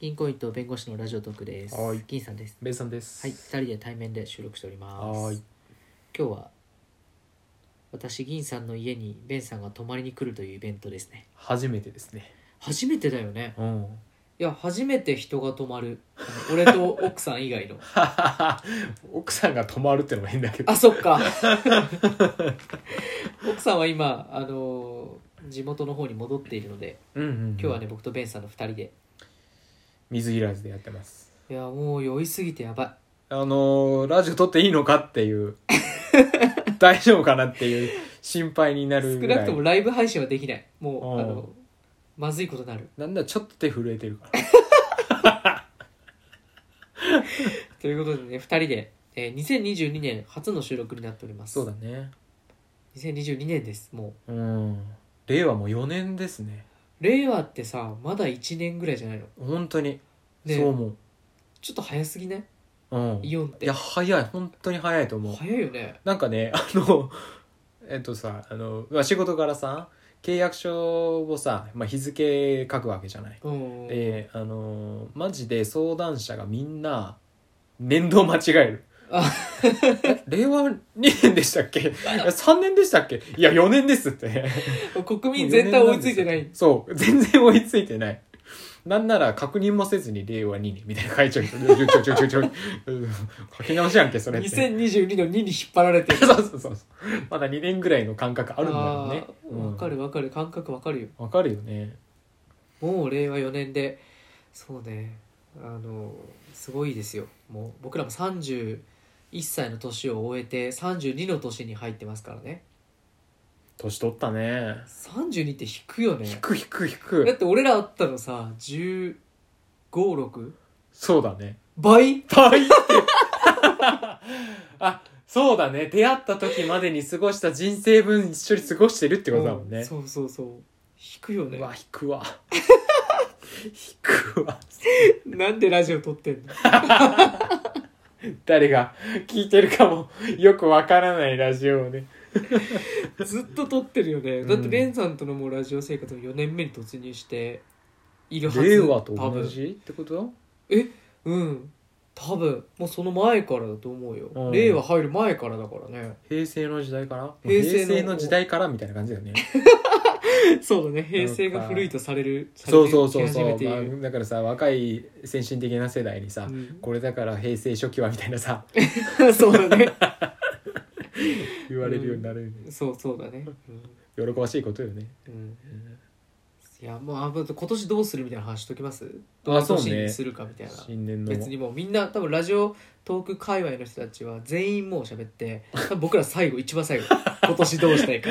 銀行員と弁護士のラジオトークですはい銀さんですベンさんですはい二人で対面で収録しておりますはーい今日は私銀さんの家にベンさんが泊まりに来るというイベントですね初めてですね初めてだよねうんいや初めて人が泊まるあの俺と奥さん以 外の 奥さんが泊まるってのも変だけどあそっか奥さんは今あの地元の方に戻っているのでうんうん、今日はね僕とベンさんの二人で水いらずでやってますいやもう酔いすぎてやばいあのーラジオ撮っていいのかっていう 大丈夫かなっていう心配になる少ぐならくいともライブ配信はできないもううんあのまずいことになるなんだちょっと手震えてるからということでね2人で、えー2022年初の収録になっておりますそうだね2022年ですもうん令和も4年ですねう令和ってさまだ1年ぐらいじゃないの本当にねそう思ちょっと早すぎねううんいイオンってや早い本当に早いと思う早いよねなんかね あのえっとさあのまあ仕事からさ契約書をさ、まあ、日付書くわけじゃない、うんであのマジで相談者がみんな年度を間違えるあえ令和2年でしたっけ いや3年でしたっけいや4年ですって国民全体追いついてないそう全然追いついてないなんなら確認もせずに令和2年みたいな書いちゃう人ちょちょちょちょちょうん書き直しやんけそれって2022の2に引っ張られてる そうそうそうそうまだ2年ぐらいの感覚あるんだよねあーわかるわかる感覚わかるよわかるよねもう令和4年でそうねあのすごいですよもう僕らも31歳の年を終えて32の年に入ってますからね年取ったね32って引くよね引く引く引だっくて俺らあったのさ1516そうだね倍大って あそうだね出会った時までに過ごした人生分一緒に過ごしてるってことだもんうねん、そうそうそう引くようねわ引くわ 引くわなんでラジオ撮ってんの誰が聞いてるかもよくわからないラジオをねずっと撮ってるよねだってレンさんとのもうラジオ生活の4年目に突入しているはず令和と多同分じってことうん多分もうその前からだと思うよ、うん令和入る前からだから ね平成の時代から平成の時代からみたいな感じだよねそうだね平成が古いとされるそうそうそうさそれう、てき始まめているあ、だからさ若い先進的な世代にさ、うんこれだから平成初期はみたいなさ そうだね言われるようになるよね、そうそうだね喜ばしいことよねうん、うんいやもうあま今年どうするみたいな話しときますどあのそうね年にするかみたいな、新年の別にもうみんな多分ラジオトーク界隈の人たちは全員もう喋って多分僕ら最後一番最 後今年どうしたいか、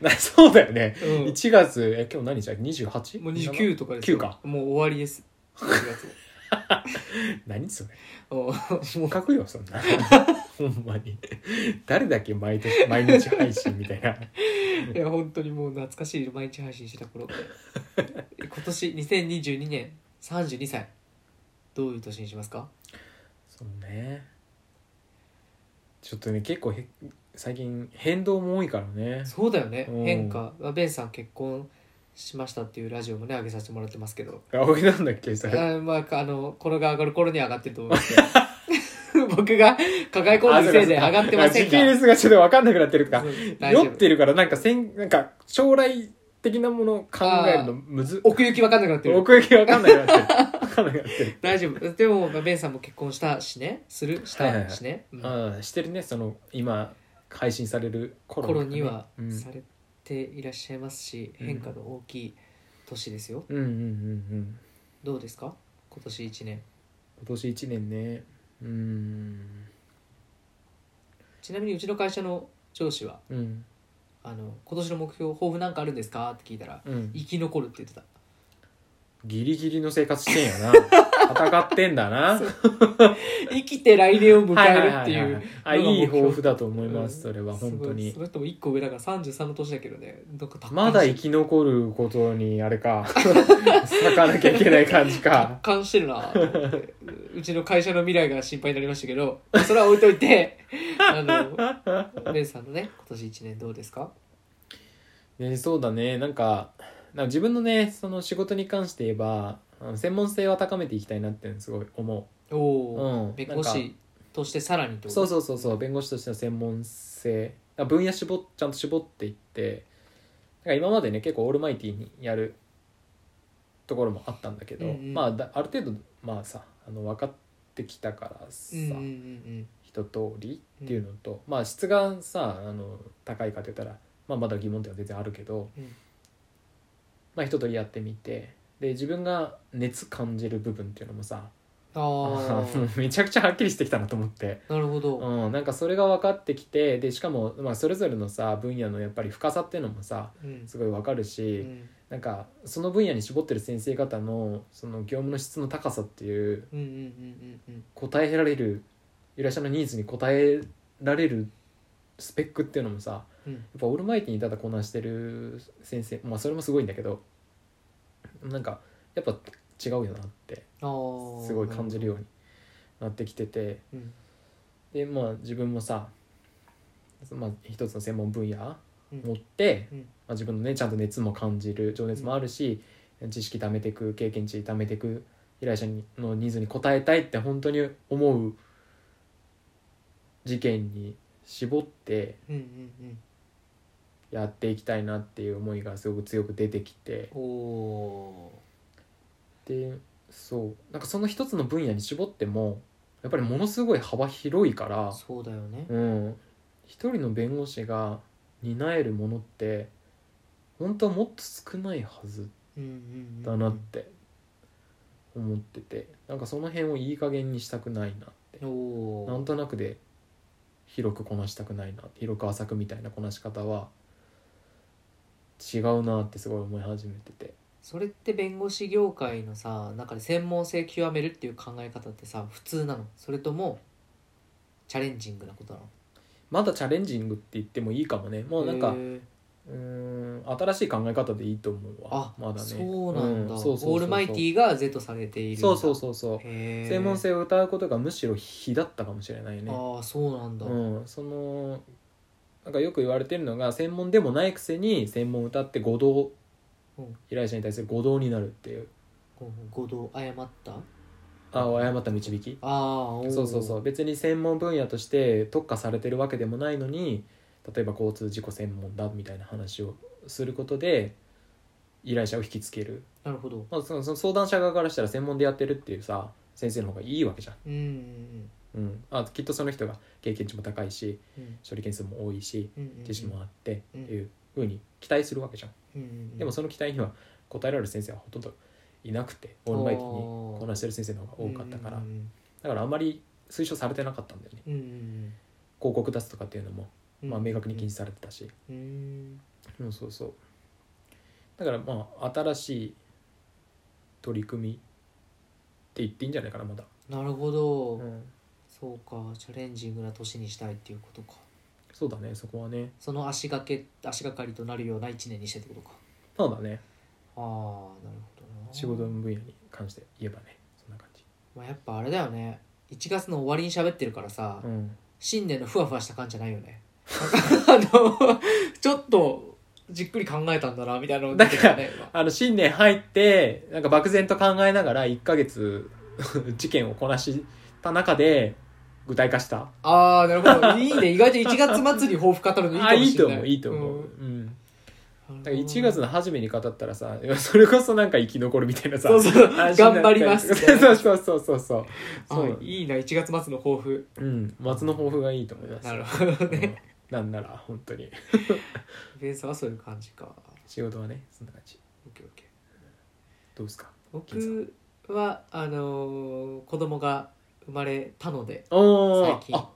な そうだよね、うん1月え今日何日だ 28? もう29とかです9かもう終わり です1月何それおもう書くよそん なほんまに誰だっけ毎年毎日配信みた いないや本当にもう懐かしい毎日配信してた頃 今年2022年32歳どういう年にしますかそうねちょっとね結構へ最近変動も多いからねそうだよねうん変化まあベンさん結婚しましたっていうラジオもね上げさせてもらってますけどあ俺なんだっけあそれーまああのこれが上がる頃には上がってると思いますけど 僕が抱え込んだせいで上がってませんあそうかそうか時系が列がちょっと分かんなくなってるかそう大丈酔っ夫てるからなんかせんなんか将来的なものを考えるのむず奥行き分かんなくなってる奥行き分かんなくな ってる分かんなくなってる大丈夫でもまあベンさんも結婚したしねするしはいはいはたいしね、うんああしてるねその今配信される頃,、頃にはうんされていらっしゃいますし、うん変化の大きい年ですようんうんうんうんどうですか今年1年今年1年ねうーんちなみにうちの会社の上司はうんあの「今年の目標抱負なんかあるんですか?」って聞いたらう「ん生き残る」って言ってた ギリギリの生活してんやな戦ってんだな生きて来年を迎えるっていははははういあのが目標いい抱負だと思います、うんそれは本当すごいにその人も1個上だから33の年だけどねなんかまだ生達き残ることにあれ か咲かなきゃいけない感じか観してるなと思ってうちの会社の未来が心配になりましたけどそれは置いとい てあのベンさんのね今年1年どうですかね、そうだねなんかから自分のねその仕事に関して言えばうん専門性は高めていきたいなってすごい思おう、お、うん、弁護なんか士としてさらにってことそうそうそうそう弁護士としての専門性だから分野絞っちゃんと絞っていってなんか今までね結構オールマイティにやるところもあったんだけど、うんうんまあだある程度まあさあの分かってきたからうさ、んうんうん一通りっていうのと、まあ質がさあの高いかって言ったら、まあ、まだ疑問点は全然あるけど、うんまあ一通りやってみてで自分が熱感じる部分っていうのもさああ めちゃくちゃはっきりしてきたなと思って、なるほど、うん、なんかそれが分かってきてでしかも、まあ、それぞれのさ分野のやっぱり深さっていうのもさうんすごい分かるし、うんなんかその分野に絞ってる先生方のその業務の質の高さっていううんうんうんうんうん答えられるいらっしゃるニーズに応えられるスペックっていうのもさうやんっぱオールマイティにただこなしてる先生まあそれもすごいんだけどなんかやっぱ違うよなってあーすごい感じるようになってきててうんでまあ自分もさ、まあ、一つの専門分野うん持って、うんまあ、自分のねちゃんと熱も感じる情熱もあるし、知識貯めていく経験値貯めていく依頼者にのニーズに応えたいって本当に思う事件に絞ってうんうんうんやっていきたいなっていう思いがすごく強く出てきておおでそうなんかその一つの分野に絞ってもやっぱりものすごい幅広いからーそうだよねうん、一人の弁護士が担えるものって本当はもっと少ないはずうんうんうんだなって思っててなんかその辺をいい加減にしたくないなっておなおんとなくで広くこなしたくないな広く浅くみたいなこなし方は違うなってすごい思い始めててそれって弁護士業界のさ中で専門性極めるっていう考え方ってさ普通なのそれともチャレンジングなことなのまだチャレンジングって言ってもいいかもねもうなんかへーうーん新しい考え方でいいと思うわあ、まだねそうなんだ、うそうそうそうオールマイティが是とされているそうそうそうそうへー専門性を歌うことがむしろ非だったかもしれないね。ああそうなんだ、うん、そのなんかよく言われてるのが専門でもないくせに専門を歌って誤うん導、依頼者に対する誤導になるっていうごど誤ったあ誤った導きああおーそうそうそう別に専門分野として特化されてるわけでもないのに例えば交通事故専門だみたいな話をすることで依頼者を引きつける、なるほどまあ、そのその相談者側からしたら専門でやってるっていうさ先生の方がいいわけじゃん、うんうんうん、あきっとその人が経験値も高いしうん処理件数も多いしうんうんうん知識もあってってうんいうふうに期待するわけじゃん、うんうんでもその期待には応えられる先生はほとんどいなくてオールマイティにこなしてる先生の方が多かったから、うんだからあまり推奨されてなかったんだよねうんうんうん広告出すとかっていうのも、うんまあ、明確に禁止されてたし、うんうんそうそうだからまあ新しい取り組みって言っていいんじゃないかなまだ、なるほど、うんそうかチャレンジングな年にしたいっていうことかそうだねそこはねその足掛け足がかりとなるような一年にしたいってことかそうだねああなるほどな仕事の分野に関して言えばねそんな感じ、まあ、やっぱあれだよね1月の終わりに喋ってるからさ、うん、新年のふわふわした感じじゃないよねあのちょっとじっくり考えたんだなみたいなのが出てきたねあの新年入ってなんか漠然と考えながら1ヶ月 事件をこなした中で具体化した今ああなるほどいいね意外と1月末に抱負語るのいいかもしれなあいいいと思ういいと思う、うんだから1月の初めに語ったらさい やそれこそなんか生き残るみたいなさそうそう話になった頑張りますみたい そうなそうそうそ うそうそあういいな1月末の抱負うん松の抱負がいいと思いますなるほどね、うんなんなら本当にベンさんはそういう感じか仕事はねそんな感じ OKOK どうですか僕はあのー子供が生まれたのでお最ー近あ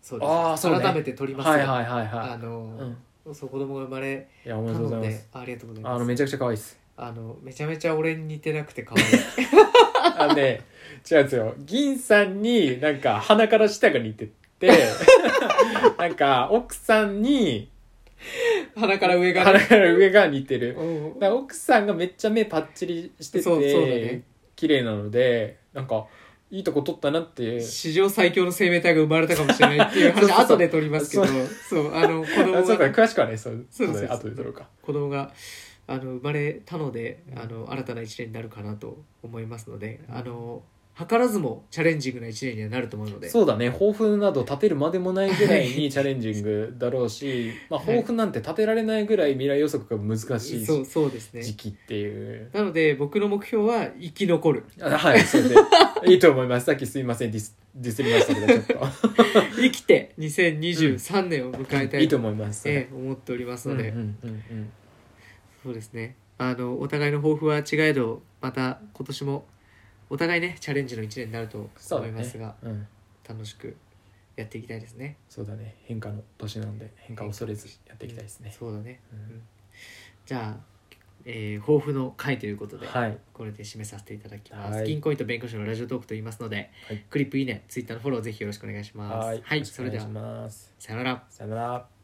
そうあでーすそうね改めて取りますがはいはいはいはあのい、うん、いーそう子供が生まれやおめたでとうござのいまですありがとうございあまのすめちゃくちゃ可愛いですあのめちゃめちゃ俺に似てなくて可愛いあのね、違うんですよ。銀さんになんか鼻から下が似て て、なんか奥さんに鼻から上がね鼻から上が似てる。 うんだから奥さんがめっちゃ目パッチリしてて、そうそうだね綺麗なので、なんかいいとこ取ったなって。史上最強の生命体が生まれたかもしれないっていうそ話うそうそう後で取りますけどそうあの子あ供そうか、が詳しくはね、そう、そうそうそうだね後で取ろうか。子供があの生まれたのでうんあの新たな1年になるかなと思いますので、うんあの図らずもチャレンジングな1年にはなると思うのでそうだね抱負など立てるまでもないぐらい にチャレンジングだろうし、まあ、はい抱負なんて立てられないぐらい未来予測が難しいそうそうですね時期っていう。なので僕の目標は生き残るあはい、それで いいと思います。さっきすいません、ディスディスりましたけど、ちょっ生きて2023年を迎えたと。いいいと思います。ええ思っておりますうんのうんで、うんうんそうですねあのお互いの抱負は違えどまた今年もお互いねチャレンジの1年になるとそう思だいねますが、うん楽しくやっていきたいですねそうだね変化の年なんで変化を恐れずやっていきたいですね、そうだねうんじゃあ、えー、抱負の回ということで、はいこれで締めさせていただきます、はい銀行員と弁護士のラジオトークと言いますので、はいクリップいいねツイッターのフォローぜひよろしくお願いしますはいはいそれではよろしくお願いしますさよならさよなら